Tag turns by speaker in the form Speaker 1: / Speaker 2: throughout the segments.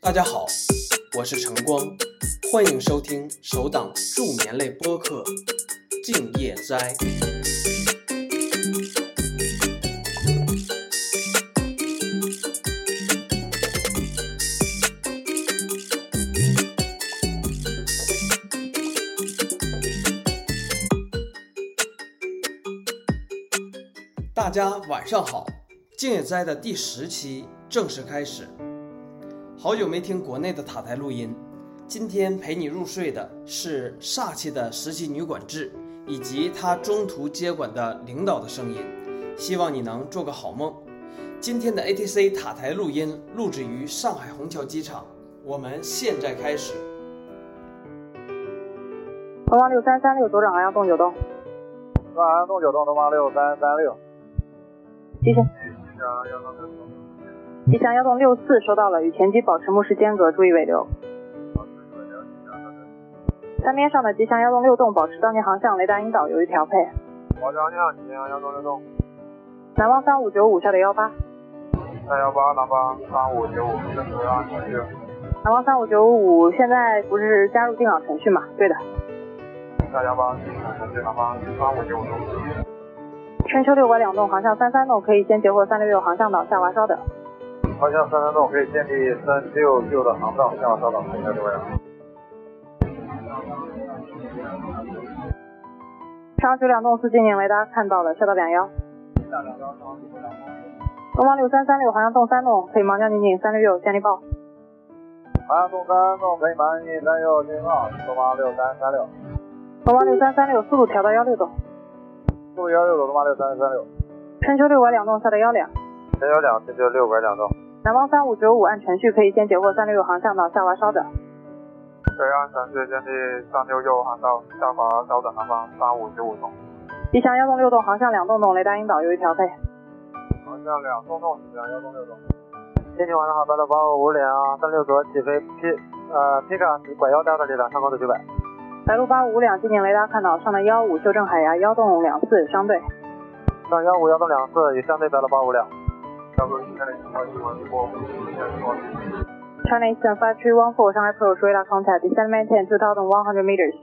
Speaker 1: 大家好，我是晨光，欢迎收听首档助眠类播客《静夜斋》。大家晚上好，《静夜斋》的第十期正式开始。好久没听国内的塔台录音，今天陪你入睡的是煞气的实习女管制，以及她中途接管的领导的声音。希望你能做个好梦。今天的 ATC 塔台录音录制于上海虹桥机场，我们现在开始。
Speaker 2: 东方六三三六，左转安阳洞九栋，
Speaker 3: 东安洞九栋东八六三三六，
Speaker 2: 吉祥
Speaker 3: 吉祥幺三六九，
Speaker 2: 吉祥幺洞六四收到了，与前机保持目视间隔，注意尾流。山边上的吉祥幺洞六栋保持当地航向，雷达引导由于调配。
Speaker 3: 华侨你好，吉祥幺三六栋，
Speaker 2: 南方三五九五下的幺八，
Speaker 3: 三幺八南方三五九五三五幺七，
Speaker 2: 南方三五九五现在不是加入定岗程序嘛？对的。
Speaker 3: 三幺八南方三五九五
Speaker 2: 春秋六拐两栋航向三三栋可以先截获三六六航向岛下娃稍等。
Speaker 3: 方向三三栋可以建立三六六的航道，向上稍等，请下这位。
Speaker 2: 上九两栋四静宁雷达看到了，下到两幺。东方六三三六航向洞三栋可以盲降进近三六六建立报。
Speaker 3: 华阳洞三栋可以满一三六信号，东八六三三六，
Speaker 2: 东方六三三六速度调到幺六栋。
Speaker 3: 四幺六九东八六三三六，
Speaker 2: 春秋六拐两栋下到幺两，
Speaker 3: 三幺两四九六拐两栋，
Speaker 2: 南方三五九五按程序可以先截获三六六航向到下滑稍等。
Speaker 3: 北岸城市建立三六六航道，下滑稍等南方三五九五栋。
Speaker 2: 吉祥幺栋六栋航向两栋栋雷达引导由于调配。
Speaker 3: 好像两栋栋，两幺栋六栋。天气晚上好，八六八五五两三六左起飞 P 呃 P 卡拐幺到这里了，上高度九百。
Speaker 2: 白鹭八五五两进近雷达看到上的幺五修正海牙幺栋两四相对。
Speaker 3: 上幺五幺栋两四，也相对白六八五两。差不多现在超级完播，现在播。
Speaker 2: China Eastern Five Three One Four Shanghai Pro s r i l a Contact Descend Maintain Two Thousand One Hundred Meters。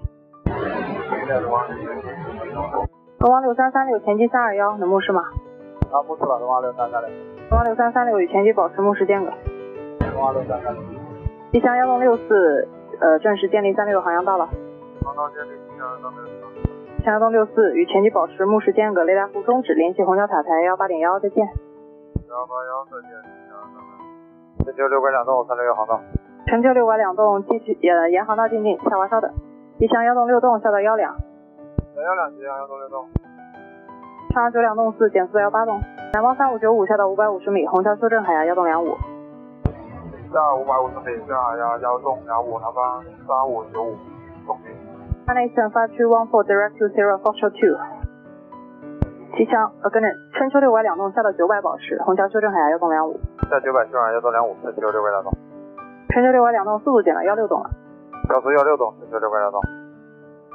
Speaker 2: 东方六三三六前机三二幺能目视吗？
Speaker 3: 啊，不出了，东八六三三六，
Speaker 2: 东方六三三六与前机保持目视间隔。
Speaker 3: 东八六三三六。
Speaker 2: 吉祥幺栋六四呃正式建立三六航向到了。
Speaker 3: 刚刚建立新疆那边。
Speaker 2: 吉祥幺栋六四与前机保持目视间隔，雷达服终止，联系虹桥塔台幺八点幺，再见。
Speaker 3: 幺八幺再见，这就六拐两栋，三六幺航道。
Speaker 2: 成就六拐两栋继续呃沿航道进近，下滑稍等。吉祥幺栋六栋下到幺两，
Speaker 3: 三幺两吉祥幺栋六栋，
Speaker 2: 上幺九两栋四减四幺八栋，南方三五九五下到五百五十米，虹桥修正海牙幺栋两五。
Speaker 3: 下五百五十米，下幺幺栋幺五，南方三五九五，东平。
Speaker 2: China Eastern Five Two One Four Direct Two Zero Foxtrot Two。吉祥呃跟着春秋六拐两栋下到九百保持，虹桥修正海牙幺栋两五。
Speaker 3: 下九百去往幺栋两五，四七六六拐两栋，
Speaker 2: 春秋六拐两栋速度减到幺六栋了。
Speaker 3: 高速幺六栋，四七六拐两栋。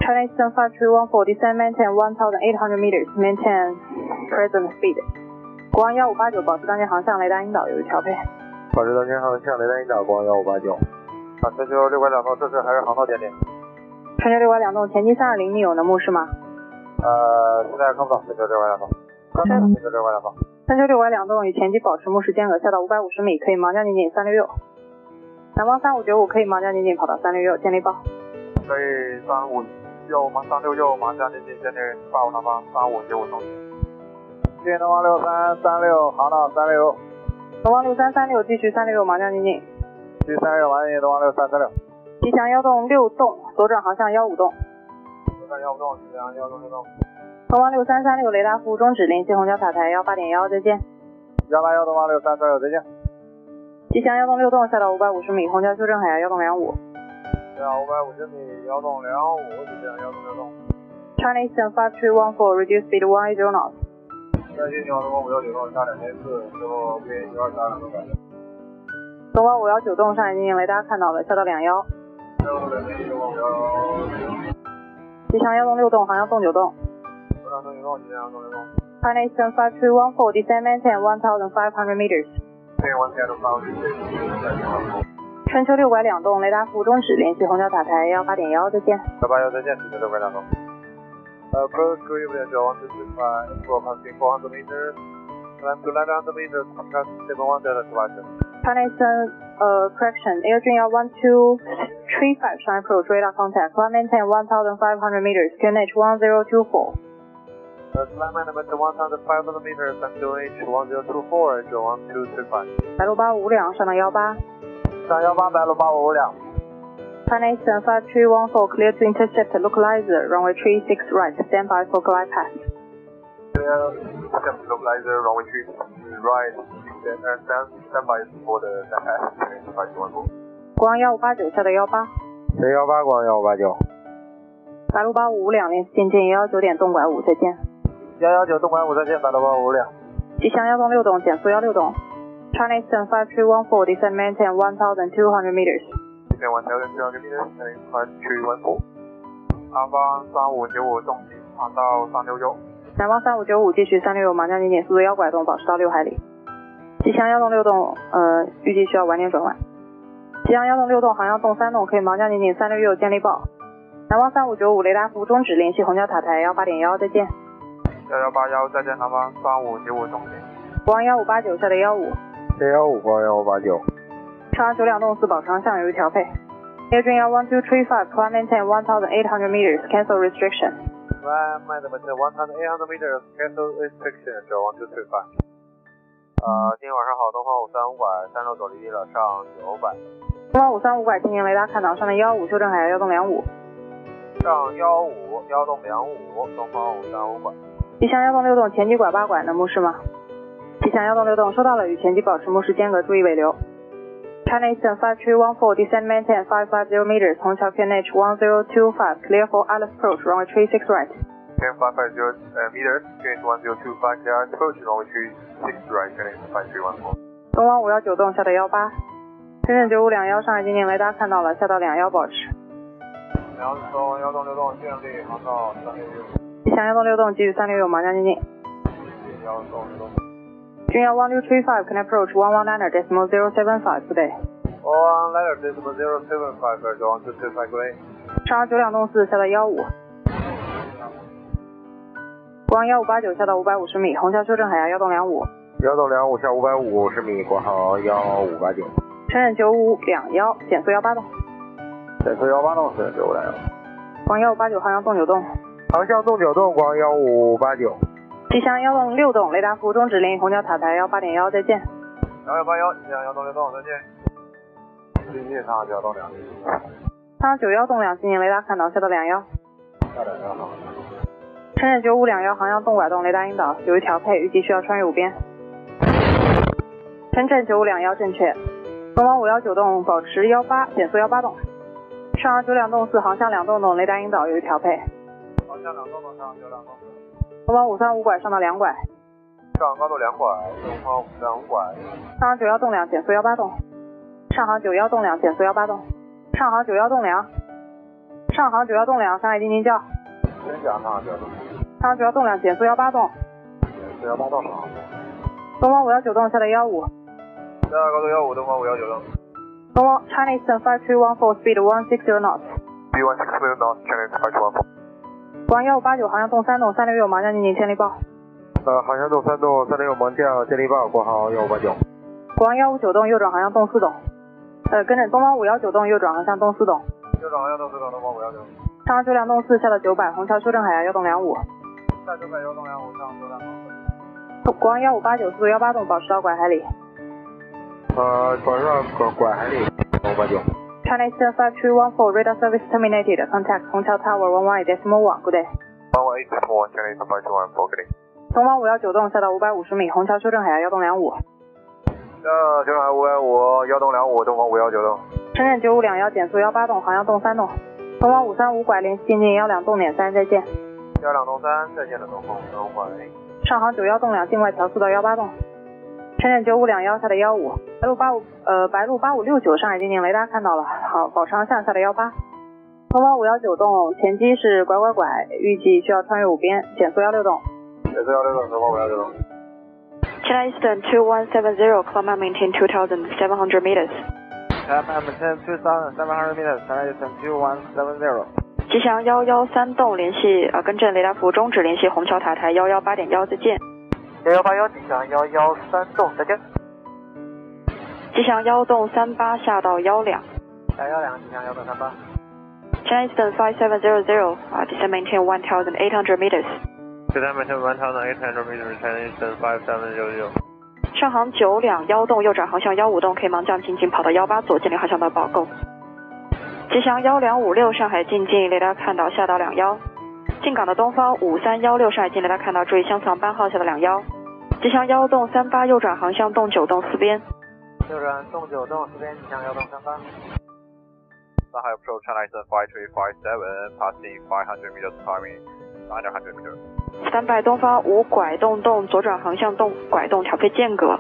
Speaker 2: China Eastern Five Two One Four Descend Maintain One Thousand Eight Hundred Meters Maintain Present Speed。国航幺五八九保持当前航向，雷达引导有于调配。
Speaker 3: 保持到天航向雷达引导光幺五八九。啊，春秋六拐两栋，这次还是航道点点。
Speaker 2: 春秋六拐两栋前进三二零，你有能目视吗？
Speaker 3: 呃，现在看不到春秋六拐两栋，看不到春秋六拐两栋。
Speaker 2: 春秋六拐两栋与前机保持目视间隔，下到五百五十米可以盲降进近三六六。南方三五九五可以盲降进近跑到三六六，建立报。
Speaker 3: 所以三五右马三六右马加进进建立八五南方三五九五东。进东方六三三六航道三六，
Speaker 2: 东方六三三六继续三六六盲降进近。
Speaker 3: 第三六完进东方六三三六。
Speaker 2: 吉祥幺栋六栋左转航向幺五栋。
Speaker 3: 六三幺五栋，吉祥幺栋六栋。
Speaker 2: 东方六三三六雷达服务终止，联系虹桥塔台幺八点幺，再见。
Speaker 3: 幺八幺东方六三三六，再见。
Speaker 2: 吉祥幺栋六栋下到五百五十米，虹桥修正海牙幺栋两五。
Speaker 3: 下五百五十米幺栋两五，吉祥幺栋六栋。
Speaker 2: China Eastern Five Three One Four Reduce Speed One Eight Zero Knots。
Speaker 3: 在进行东方五幺九栋下两千四，之后 B 九二加两栋。
Speaker 2: 东方五幺九栋上海进近雷达看到了，下到两幺。
Speaker 3: 六两千一东方五幺，
Speaker 2: 吉祥幺栋六栋航向洞九栋。
Speaker 3: 东方东九栋，吉祥东九栋。
Speaker 2: China Eastern Five Three One Four Descend Maintain One Thousand Five Hundred Meters。
Speaker 3: 这个完全都发过去，这个完全都发过去。
Speaker 2: 春秋六拐两栋雷达服务终止，联系虹桥塔台幺八点幺，再见。
Speaker 3: 幺八幺再见，直接六拐两栋。Uh, approach Korea Village 125, from passing 400 meters, climb to land 100 meters, contrast 71 Delta departure.
Speaker 2: Patterson, uh, correction, Air Jun 11235 Shine Approach, radar contact, climb maintain 1500 meters, QNH 1024.
Speaker 3: Uh, climb and maintain 1500 meters until H1024, H 1235.
Speaker 2: 白鹭八五两上到幺八。
Speaker 3: 上幺八白鹭八五两。
Speaker 2: Patterson 5314 clear to intercept localizer, runway 36 right, stand by for glide path.
Speaker 3: Clear, attempt localizer, runway 3, right, then, uh, stand, stand by for the land pass, 514.
Speaker 2: 国航幺五八九下到幺八。
Speaker 3: 零幺八广幺五八九，
Speaker 2: 白鹭八五五两联系进近幺幺九点动拐五，再见。
Speaker 3: 幺幺九东莞五三线白鹭八五两。
Speaker 2: 吉祥幺栋六栋减速幺六栋。Charleston 5314 descend maintain 1200 meters。
Speaker 3: 今天晚上跟幺零零零快去文湖，阿方三五九五东行，航道三六幺，
Speaker 2: 南方三五九五继续三六右马将紧紧速度幺拐动，保持到六海里。吉祥幺栋六栋，呃，预计需要晚点转弯。吉祥幺栋六栋、航向栋三栋可以盲将紧紧三六右建立报。南方三五九五雷达服务终止，联系虹桥塔台幺八点幺，再见。
Speaker 3: 幺幺八幺再见南方三五九五东行，
Speaker 2: 国航幺五八九下的幺五，
Speaker 3: 零幺五光幺五八九，
Speaker 2: 长安九两栋四保持航向有一调配。Air Jun 幺 one two three five climb maintain one thousand eight hundred meters cancel restriction。
Speaker 3: Climb at about one thousand eight hundred meters, cancel restriction, 九 one two three five。呃，今天晚上好，东方五三五拐三六走离地了，上九百，
Speaker 2: 东方五三五拐进行雷达看档上的幺五修正海幺栋两五，
Speaker 3: 上幺五幺栋两五，东方五三五拐。
Speaker 2: 吉祥幺栋六栋前机拐八拐能目视吗？吉祥幺栋六栋收到了，与前机保持目视间隔，注意尾流。China Eastern five three one four descend maintain five five zero meters，虹桥 QNH one zero two five clear for Alice approach runway three six right。
Speaker 3: Ten five five zero uh, meters, change one zero two five yards, approach runway three six right, change five three one four.
Speaker 2: 东方五幺九栋下到幺八，深圳九五两幺上海经济雷达看到了，下到两幺保持。
Speaker 3: 然后从幺栋六栋建立航道三六六，
Speaker 2: 吉祥幺栋六栋给予三六右马江进近。
Speaker 3: 幺栋六栋。
Speaker 2: 君幺 one two three five can approach one one nine decimal zero seven five today。
Speaker 3: One letter decimal zero seven five, one two two five green.
Speaker 2: 上海九两栋四下到幺五，国航幺五八九下到五百五十米，虹桥修正海峡幺栋两五，
Speaker 3: 幺栋两五下五百五十米，国航幺五八九，
Speaker 2: 深圳九五两幺减速幺八栋，
Speaker 3: 再次幺八栋四九五两幺。
Speaker 2: 国航幺五八九航向栋九栋。
Speaker 3: 航向纵九栋，国航幺五八九。
Speaker 2: 吉祥幺栋六栋雷达服务终止，联系虹桥塔台幺八点幺，再见。
Speaker 3: 幺幺八幺，吉祥幺栋六栋，再见。临近上九栋两，
Speaker 2: 上九幺栋两进行雷达看到，下到两幺。
Speaker 3: 下两幺栋。
Speaker 2: 深圳九五两幺航向东拐洞雷达引导，有一条配，预计需要穿越五边。深圳九五两幺正确，东方五幺九栋保持幺八减速幺八栋，上海九两栋四航向两栋栋雷达引导，有一条配，
Speaker 3: 航向两栋栋，上九两栋四。
Speaker 2: 东方五三五拐上到两拐，
Speaker 3: 上高度两拐，东方五三五拐，
Speaker 2: 上航九幺栋两减速幺八栋，上航九幺栋两减速幺八栋，上航九幺栋两，上航九幺栋两上海经济叫，
Speaker 3: 真想上九栋，
Speaker 2: 上航九幺栋两减速幺八栋，
Speaker 3: 四幺八栋上。
Speaker 2: 东方五幺九栋下到幺五。
Speaker 3: 幺二高度幺五，东方五幺九栋。
Speaker 2: 东方 Chinese five three one four speed one six zero knots，
Speaker 3: B one six zero north, China five one four。
Speaker 2: 往幺五八九航向东三栋三六六麻将进行建立报。
Speaker 3: 呃，航向纵三栋三零五盲降接力报，国航幺五八九。
Speaker 2: 广幺五九栋右转航向东四栋，呃，跟着东方五幺九栋右转航向东四栋，
Speaker 3: 右转航向纵四栋，东方五幺九。
Speaker 2: 上行九两栋四下到九百，虹桥修正海峡幺栋两五，
Speaker 3: 下九百幺栋两五，上九两栋
Speaker 2: 广幺五八九四幺八栋保持到拐海里。
Speaker 3: 四。呃，拐绕拐拐海里，幺五八九。
Speaker 2: China Eastern five three one four radar service terminated. Contact 虹桥 Tower one one decimal one. Good day.
Speaker 3: 帮我 eight four China five one four g r e
Speaker 2: 东方五幺九栋下到五百五十米，虹桥修正海峡幺栋两五，
Speaker 3: 呃，九海五幺五幺栋两五，东方五幺九栋。
Speaker 2: 深圳九五两幺减速幺八栋航向东三栋，东方五三五拐联系进近幺两栋点三，再见。
Speaker 3: 幺两栋三，再见了，东方五幺五拐。
Speaker 2: 上航九幺栋两境外调速到幺八栋，深圳九五两幺下的幺五，白鹭八五呃白鹭八五六九上海经济雷达看到了，好保持航向下的幺八，东方五幺九栋前机是拐拐拐，预计需要穿越五边，减速幺六栋。
Speaker 3: 也是幺六栋，东方五幺九栋。
Speaker 2: China Eastern two one seven zero climb and maintain two thousand seven hundred meters。
Speaker 3: 幺 FM 10 2700 meters, direction 2170.
Speaker 4: 吉祥幺幺三栋联系呃跟镇雷达服务终止，联系虹桥塔台幺幺八点幺，再见。
Speaker 5: 幺幺八幺吉祥幺幺三栋，再见。
Speaker 4: 吉祥幺栋三八下到幺两。
Speaker 5: 幺幺两吉祥幺栋三八。
Speaker 4: China Eastern five seven zero zero 啊，descend maintain one thousand eight hundred meters。
Speaker 3: Descend maintain 1800 meters, China Eastern 5700.
Speaker 4: 上航九两幺栋右转航向幺五栋，可以盲降进近跑到幺八左，建立航向的报够。吉祥幺两五六上海进近雷达看到下到两幺，进港的东方五三幺六上海进雷达看到，注意相次航班号下到两幺。吉祥幺栋三八右转航向动九栋四边。
Speaker 5: 右转栋九栋四边吉祥幺栋三八。
Speaker 3: 上海 approach China Eastern 5357, passing 500 meters, climbing 900 meters.
Speaker 4: 三百东方五拐洞洞左转航向洞拐洞调配间隔。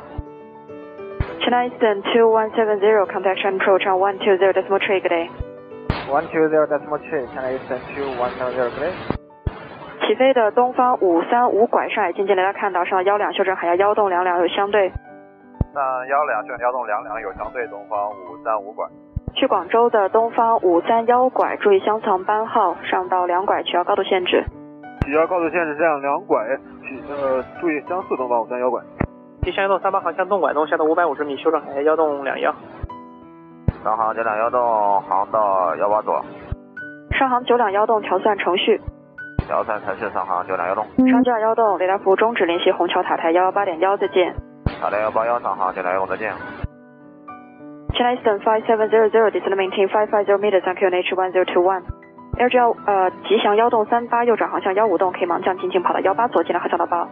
Speaker 4: China Eastern two one seven zero contact and approach on one two zero decimal three good day。
Speaker 5: 120 decimal 3, China Eastern 2170, clear.
Speaker 4: 起飞的东方五三五拐上海进近雷达看到上幺两修正海峡幺洞两两有相对。
Speaker 3: 上幺两旋幺栋两两有相对东方五三五拐。
Speaker 4: 去广州的东方五三幺拐注意相次航班号上到两拐取消高度限制。
Speaker 3: 取消高速限制这样两拐，取呃注意相似东方五三幺拐。
Speaker 5: 吉祥幺栋三八航向东拐东下到五百五十米，修正海峡幺栋两幺。
Speaker 3: 上航九两幺栋航到幺八左，
Speaker 4: 上航九两幺洞调算程序。
Speaker 3: 幺三城市上航九两幺栋，
Speaker 4: 上九两幺洞雷达服务终止，联系虹桥塔台幺幺八点幺，再见。
Speaker 3: 塔台幺八幺上航九两幺栋再见。
Speaker 4: China Eastern five seven zero zero descend maintain five five zero meters on QNH one zero two one。LGL 呃吉祥幺洞三八右转航向幺五洞，可以盲降进近跑到幺八左，尽量航向到八。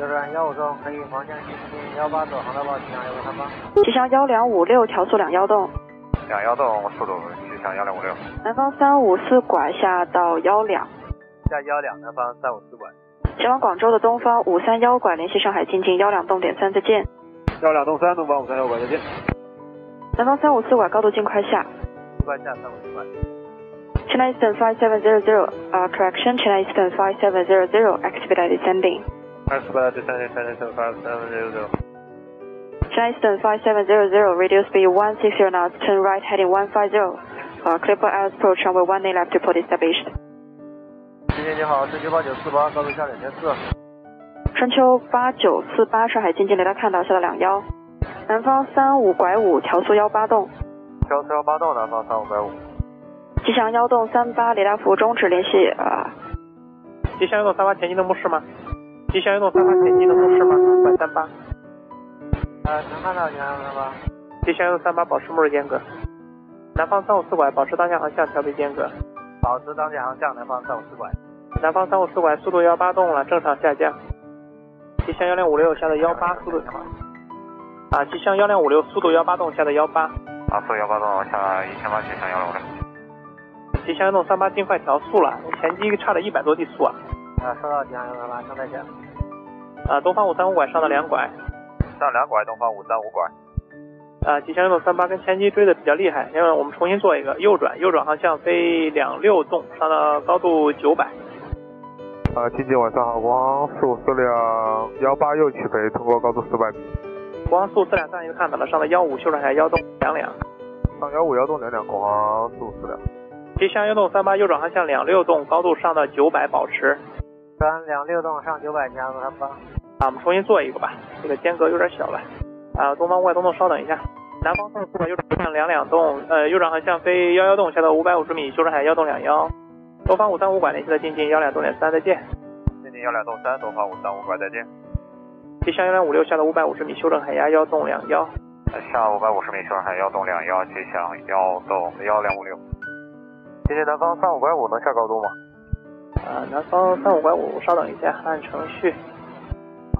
Speaker 5: 右转幺五栋可以盲降进近幺八左，航道报吉祥幺栋三八。
Speaker 4: 吉祥幺两五六调速两幺洞，
Speaker 3: 两幺栋速度去向幺零五六，
Speaker 4: 南方三五四拐下到幺两。
Speaker 3: 下幺两南方三五四拐。
Speaker 4: 前往广州的东方五三幺拐联系上海进近幺两洞点三，再见。
Speaker 3: 幺两栋三东方五三幺拐再见。
Speaker 4: 南方三五四拐高度尽快下。
Speaker 3: 关下三五四拐。
Speaker 4: China Eastern five seven zero zero 呃 correction China Eastern five seven zero zero expedited descending。
Speaker 3: 二四八三零三零三八三零六六。
Speaker 4: China 5700, radio speed 160 knots, turn right heading 150. Uh, Clipper Air's approach runway 18 left to port established.
Speaker 3: 今天你好，市区八九四八，高度下两千四。
Speaker 4: 春秋8948上海经济雷达看到下到两幺，南方35拐五调速幺八栋，
Speaker 3: 幺四幺八栋南方三五百五。
Speaker 4: 吉祥幺栋38雷达服务终止，联系呃
Speaker 5: 吉祥幺栋三八前进的目视吗？吉祥幺栋三八前进的目视吗？拐三八。呃，能看到吉祥幺三八。吉祥幺三八保持目视间隔。南方三五四拐保持当下航向调配间隔。保持当下航向，南方三五四拐。南方三五四拐速度幺八动了，正常下降。吉祥幺零五六下到幺八速度。啊，吉祥幺零五六速度幺八动下到幺八。
Speaker 3: 啊，速幺八栋下一千八，去向幺零五六。
Speaker 5: 吉祥幺栋三八尽快调速了，前机差了一百多地速啊。
Speaker 3: 啊，收到吉祥幺三八，正在讲。
Speaker 5: 啊，东方五三五拐上到两拐。
Speaker 3: 上两拐，东方五三五拐。
Speaker 5: 啊，吉祥幺栋三八跟前机追的比较厉害，因为我们重新做一个右转，右转航向飞两六栋，上到高度九百。
Speaker 3: 啊，经济晚上好，光速四辆幺八右起飞，通过高速四百米，
Speaker 5: 光速四两三已经看到了，上到幺五修正海幺栋两两。
Speaker 3: 上幺五幺栋两两，光速四两。
Speaker 5: 吉祥幺栋三八右转航向两六栋，高度上到九百保持。
Speaker 6: 转两六栋上九百加三八，
Speaker 5: 啊，我们重新做一个吧，这个间隔有点小了。啊，东方五百东栋稍等一下，南方四百右转航向两两栋，呃，右转航向飞幺幺栋，下到五百五十米，修正海幺栋两幺。东方五三五拐联系的进近幺两栋点三，再见。
Speaker 3: 今天幺两栋三，东方五三五拐，再见。
Speaker 5: 吉祥幺零五六下到五百五十米，修正海峡幺栋两幺。
Speaker 3: 下五百五十米，上海幺栋两幺，吉祥幺栋幺两五六。谢谢南方三五拐五，能下高度吗？
Speaker 5: 啊，南方三五拐五，稍等一下，按程序。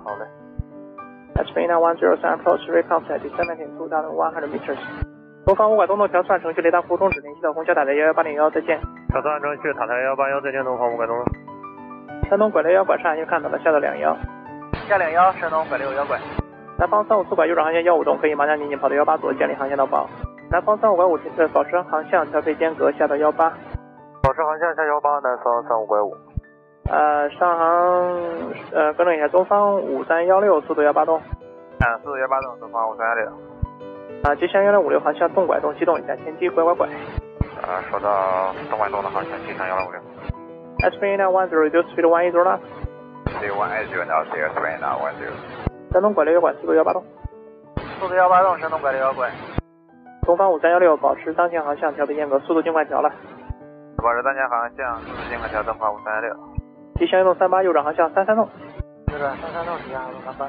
Speaker 3: 好嘞。
Speaker 5: Espina one zero three approach recontact seventeen two thousand one hundred meters。东方五拐东栋调算程序雷达服务终止，联系到虹桥塔台幺幺八零幺，再见。
Speaker 3: 小三城区塔台幺八幺，再见，东方五拐东。
Speaker 5: 山东拐雷幺拐上已经看到了，下到两幺。
Speaker 6: 下两幺山东拐六幺拐，
Speaker 5: 南方三五四拐右转航向幺五栋，可以麻将紧紧跑到幺八左，建立航线到保。南方三五拐五十呃保持航向调配间隔，下到幺八。
Speaker 3: 保持航向下幺八，南方三五拐五。
Speaker 5: 呃，上航呃更正一下，东方五三幺六速度幺八栋。
Speaker 3: 啊，四幺八栋，东方五三幺六。
Speaker 5: 啊，吉祥幺零五六航向动拐动，机动一下，前机拐拐拐。
Speaker 3: 啊，收到，东莞东的航向机场幺零五六
Speaker 5: SPA 9 one zero reduce speed one eight zero left，
Speaker 3: ，zero one eight zero now zero three now one zero，
Speaker 5: 山东拐六右拐速度幺八栋，
Speaker 6: 速度幺八栋，神东拐六幺拐。
Speaker 5: 东方五三幺六保持当前航向，调配间隔，速度尽快调了。
Speaker 3: 保持当前航向，速度尽快调东方五三六，
Speaker 5: 吉祥幺零三八右转航向三三栋，
Speaker 6: 右转三三栋，吉祥幺零三八。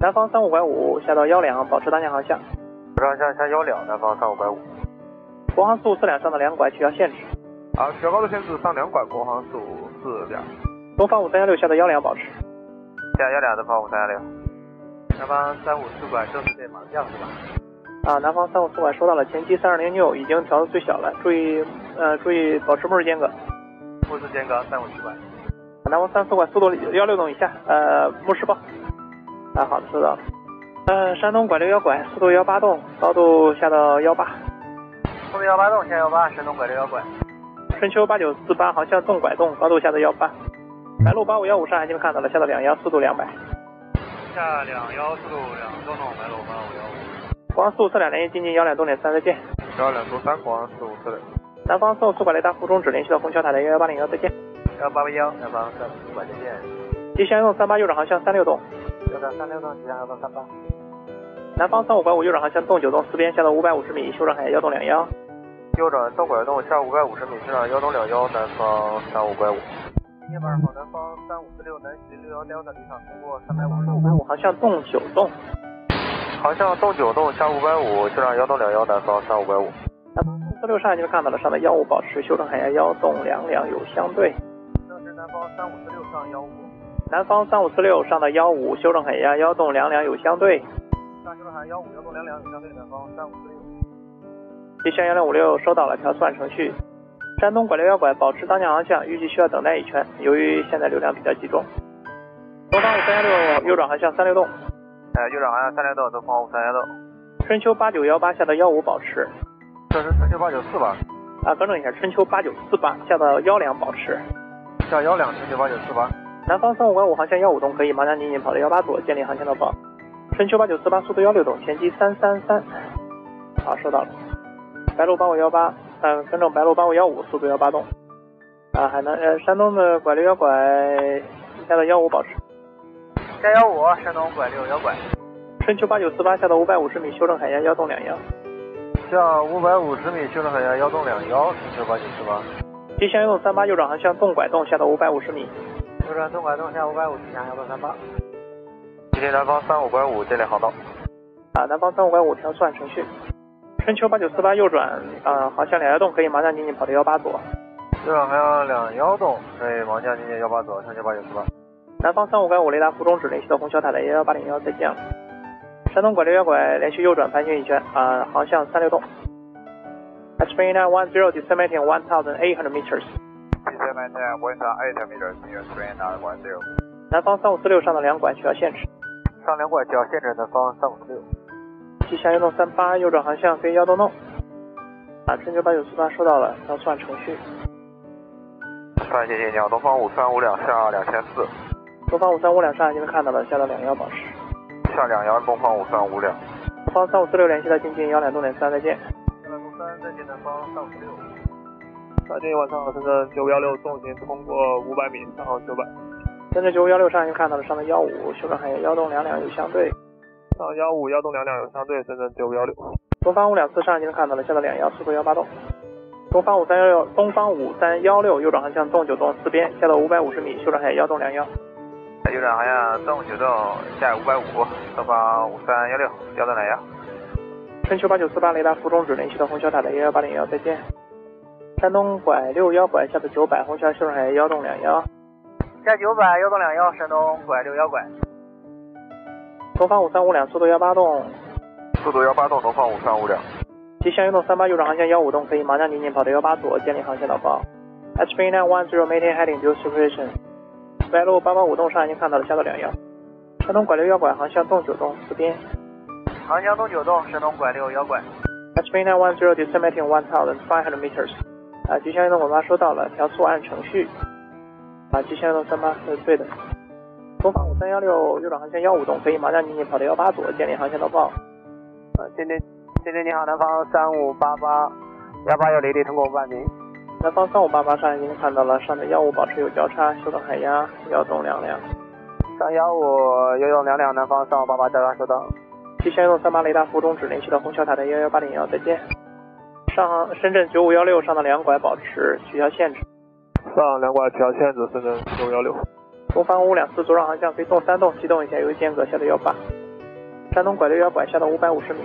Speaker 5: 南方三五拐五下到幺两，保持当前航向。
Speaker 3: 保持航向下幺两，南方上五百五。
Speaker 5: 国航速四两上的两拐取消限制。
Speaker 3: 啊，较高的限制上两管国航速四两，
Speaker 5: 东方五三幺六下到幺两保持。
Speaker 3: 下幺两东方五三六，
Speaker 6: 南方三五四拐，正是这马路样是吧？
Speaker 5: 啊，南方三五四拐收到了，前机三二零 new 已经调到最小了，注意呃注意保持目视间隔。
Speaker 6: 目视间隔三五四拐。
Speaker 5: 南方三四拐速度幺六栋以下，呃目视报。啊好的，收到了。呃，山东拐六幺拐，速度幺八栋，高度下到幺八。
Speaker 6: 速度幺八栋，下幺八，神东拐六幺拐。
Speaker 5: 春秋八九四八航向动拐动，高度下到幺八。白鹭八五幺五上海这边看到了，下到两幺，速度两百。
Speaker 6: 下两幺速度两东栋，白鹭八五幺五。
Speaker 5: 国航速四两零一，进近幺两动点三，再见。
Speaker 3: 幺两东三国航速四两，
Speaker 5: 南方送速拐雷达服中指联系到虹桥塔台幺幺八零幺，再见。
Speaker 6: 幺八八幺，南方三五四拐，再见。
Speaker 5: 吉祥用三八右转航向三六栋，
Speaker 6: 右转三六栋，吉祥幺零三八。
Speaker 5: 南方三五拐五右转航向动九栋四边下到五百五十米，修正海幺栋两幺。
Speaker 3: 右转东拐东下五百五十米，机场幺东两幺，南方上五百五。
Speaker 6: 夜班好，南方三五四六南行六幺幺的离场通过三百五十
Speaker 5: 五百五航向动九栋，
Speaker 3: 航向东九栋下五百五，机场幺东两幺，南方上五百五。
Speaker 5: 南方四六上海这边看到了，上的幺五保持修正海压幺栋两两有相对。
Speaker 6: 正是南方三五四六上幺五，
Speaker 5: 南方三五四六上的幺五修正海压幺栋两两有相对。
Speaker 6: 大修正海幺五幺六两两，相对南方三五四六。
Speaker 5: 吉祥幺零五六收到了调算程序。山东拐六幺拐保持当前航向，预计需要等待一圈，由于现在流量比较集中。东方五三幺六右转航向三六栋，
Speaker 3: 哎，右转航向三零栋，东方五三幺栋。
Speaker 5: 春秋八九幺八下到幺五保持。
Speaker 3: 这是三九八九四吧？
Speaker 5: 啊，更正一下，春秋八九四八下到幺两保持。
Speaker 3: 下幺两三九八九四八。
Speaker 5: 南方三五拐五航向幺五栋可以，麻将紧紧跑到幺八左，建立航向到报。春秋八九四八速度幺六栋，前机三三三。好，收到了。白鹭八五幺八，嗯，跟正白鹭八五幺五，速度幺八栋。啊，海南呃，山东的拐六幺拐下到幺五保持。
Speaker 6: 加幺五，山东拐六幺拐。
Speaker 5: 春秋八九四八下到五百五十米，修正海压幺栋两幺。
Speaker 3: 下五百五十米，修正海峡幺东两幺，三九八九四八。
Speaker 5: 吉祥用三八右转航向动拐动下到五百五十米。
Speaker 6: 右转东拐东下五百五，吉祥幺六三八。
Speaker 3: 吉林南方三五百五，建立航道。
Speaker 5: 啊，南方三五拐五调算程序。春秋八九四八右转啊，航向两幺栋可以麻将紧紧跑到幺八左。
Speaker 3: 右转航向两幺哎栋，对，盲降进近幺八左，三九八九四八。
Speaker 5: 南方三五拐五雷达服中指联系到虹桥塔台幺幺八零幺，再见了。山东拐六幺拐连续右转盘旋一圈啊，航向三六栋。h p nine one zero descending one thousand eight hundred meters。
Speaker 3: P C M T one eight meters near three nine one zero。
Speaker 5: 南方三五四六上的两拐取消限制。
Speaker 3: 上两拐角限制南方三五四六。
Speaker 5: 吉祥幺洞三八右转航向飞幺洞洞。啊，春秋八九四八收到了，要算程序。
Speaker 3: 上谢谢鸟东方五三五两下两千四，
Speaker 5: 东方五三五两上海这边看到了，下到两幺保持。
Speaker 3: 下两幺东方五三五两。
Speaker 5: 东方三五四六联系到进近幺两动点三，再见。
Speaker 6: 右转东三，再见南方三五四六。
Speaker 3: 白天晚上深圳九五幺六纵行通过五百米，三号九百。
Speaker 5: 跟着九五幺六上海就看到了，上的幺五修正海幺洞两两有相对。
Speaker 3: 上幺五幺东两两有相对，深圳九五幺六。
Speaker 5: 东方五两四上海这边看到了，下到两幺速度幺八洞。东方五三幺六，东方五三幺六右转航向动九栋四边，下到五百五十米，修正海幺洞两幺。
Speaker 3: 右转航向东九栋下五百五，东方五三幺六幺东两幺。
Speaker 5: 春秋八九四八雷达服中指联系到虹桥塔的幺幺八零幺，再见。山东拐六幺拐下的九百，虹桥修正海幺洞两幺。
Speaker 6: 下九百，幺东两幺，山东拐六幺拐。
Speaker 5: 东方五三五两速度幺八栋，
Speaker 3: 速度幺八栋，东方五三五两。
Speaker 5: 吉祥运动三八右转航向幺五栋可以麻将紧紧跑到幺八左，建立航线导报。HB nine one zero maintain heading due supervision。白鹭八八五栋上已经看到了，下到两幺。山东拐六幺拐航向动九栋四边。
Speaker 6: 长江东九栋，山东拐六幺拐。
Speaker 5: HB nine one zero descending one thousand five hundred meters。啊，吉祥运动我妈收到了，调速按程序。啊，吉祥运动三八是对的。东方五三幺六右转航向幺五栋可以麻将紧紧跑到幺八左，建立航线导报。
Speaker 6: 呃，天津，天津你好，南方三五八八幺八幺零零，通过万名。
Speaker 5: 南方三五八八上已经看到了，上的幺五保持有交叉，修正海压幺栋两两。
Speaker 6: 上幺五幺幺两两，南方三五八八交叉收到。
Speaker 5: 吉祥用三八雷达服中指连续到虹桥塔台幺幺八零幺，再见。上深圳九五幺六上的两拐保持取消限制。
Speaker 3: 上两拐取消限制，深圳九幺六。
Speaker 5: 东方五两四左转航向可以动三动，启动一下，由于间隔下到幺八。山东拐六幺拐下到五百五十米。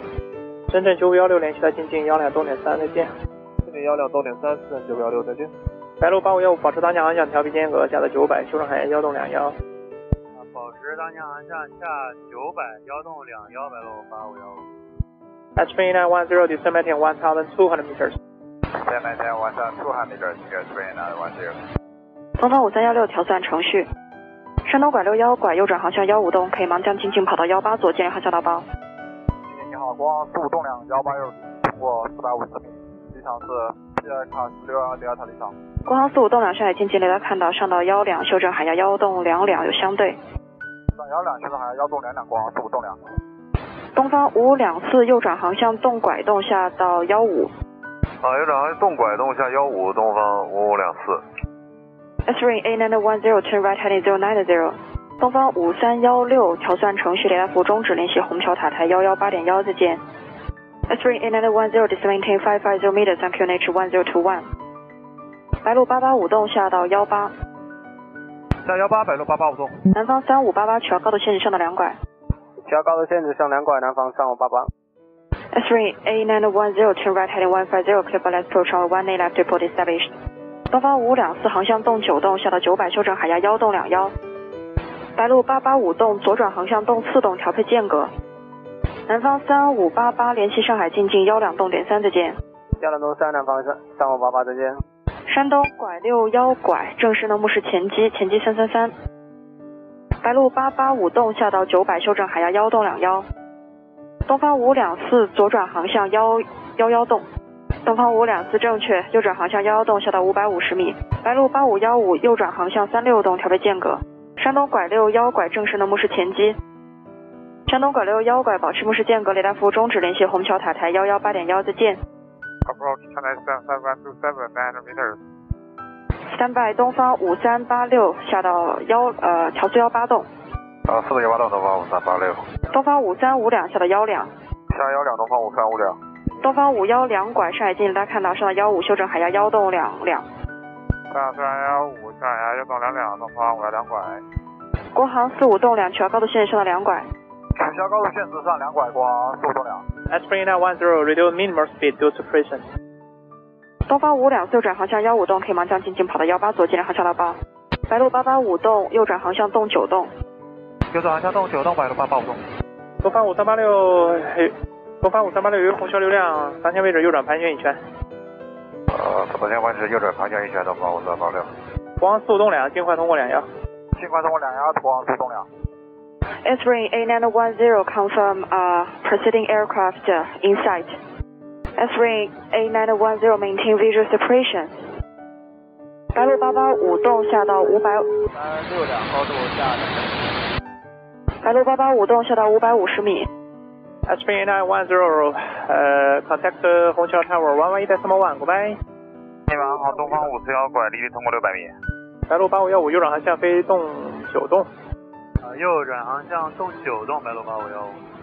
Speaker 5: 深圳九五幺六联系到进近幺两东点三，再见。
Speaker 3: 深圳幺两东点三，深圳九幺六，再见。
Speaker 5: 白鹭八五幺五保持当下航向，调频间隔下到九百，修正海压幺栋两幺。
Speaker 3: 保持当前航向下九百幺栋两幺百六八五幺五。
Speaker 5: H 9 E one zero descending one thousand two hundred meters。
Speaker 3: 再迈向往上出海没准儿，这个 train 呢往这个。
Speaker 4: 东方五三幺六调算程序。山东拐六幺拐右转航向幺五栋，可以盲降进近跑到幺八左，建议航向到报。
Speaker 6: 今天你好，国航四五栋两幺八六，通过四百五十米，机场是 P I 卡六幺零二塔机场。
Speaker 4: 国航四五栋两上海近近雷达看到上到幺两，修正海压幺栋两两有相对。
Speaker 6: 上幺两，现在还幺栋两两，国航四五栋两。
Speaker 4: 东方五两四右转航向动拐动下到幺五。
Speaker 3: 啊，有两动拐动下幺五，东方五五两四。
Speaker 4: S ring A nine one zero turn right heading zero nine zero。东方五三幺六调算程序雷达服终止，联系虹桥塔台幺幺八点幺，再见。S ring A nine one zero dismaintain five five zero meters on QNH one zero two one。白鹭八八五栋下到幺八，
Speaker 3: 下幺八，百路八八五栋。
Speaker 4: 南方三五八八取消高度限制上到两拐。
Speaker 6: 取消高度限制，上两拐，南方三五八八。
Speaker 4: S ring A nine one zero turn right heading one five zero clear for left approach on one eight left report established。东方五两四航向动九栋下到九百，修正海压幺栋两幺。白鹭八八五栋左转航向动四栋调配间隔。南方三五八八联系上海进近幺两栋点三，再见。
Speaker 6: 幺两东三，南方三三五八八，再见。
Speaker 4: 山东拐六幺拐正式呢目视前机，前机三三三。白鹭八八五栋下到九百，修正海压幺栋两幺。东方五两四左转航向幺幺幺栋。东方五两四正确，右转航向幺幺栋下到五百五十米。白鹭八五幺五右转航向三六栋调配间隔。山东拐六幺拐正式呢目视前机。山东拐六幺拐保持目视间隔，雷达服务终止，联系虹桥塔台幺幺八点幺，再见。
Speaker 3: Approach Chennai seven five one two seven nine meters。
Speaker 4: 三百东方五三八六下到幺呃调速幺八栋，
Speaker 3: 啊，四个幺八栋，东方五三八六。
Speaker 4: 东方五三五两下到幺两，
Speaker 3: 下幺两，东方五三五两。
Speaker 4: 东方五幺两拐上海进大家看到上到幺五修正海压幺栋两两，
Speaker 3: 上三幺五，上幺幺栋两两，东方五幺两拐。
Speaker 4: 国航四五栋两取消高度限制上到两拐，
Speaker 6: 取消高度限制，上两拐，国航四五栋两。
Speaker 5: S 9 one zero reduce minimum speed due to friction。
Speaker 4: 东方五两右转航向幺五栋可以盲降进近跑到幺八左，尽量航向到八，白鹭八八五栋右转航向动九栋，
Speaker 3: 右转航向动九栋，百路八八五栋。
Speaker 5: 东方五三八六，呃东方五三八六由于虹桥流量当前位置右转盘旋一圈。
Speaker 3: 呃，左前弯是右转航向一圈，东方五三八六。
Speaker 5: 国航四五栋两尽快通过两幺。
Speaker 6: 尽快通过两幺，国航四五栋两。
Speaker 4: S ring A nine one zero confirm uh, proceeding aircraft uh, in sight. S ring A nine one zero maintain visual separation. 白鹭八八五栋下到五百，
Speaker 6: 三六两高度下两
Speaker 4: 白鹭八八五栋下到五百五十米。
Speaker 5: S 9 one zero，呃，contact 虹桥 tower one one 一 decimal one，goodbye。
Speaker 3: 你晚上好，东方五四幺拐，离地通过六百米。
Speaker 5: 白鹭八五幺五右转航向飞动九栋。
Speaker 3: 啊右转航向动九栋，白路八五幺五。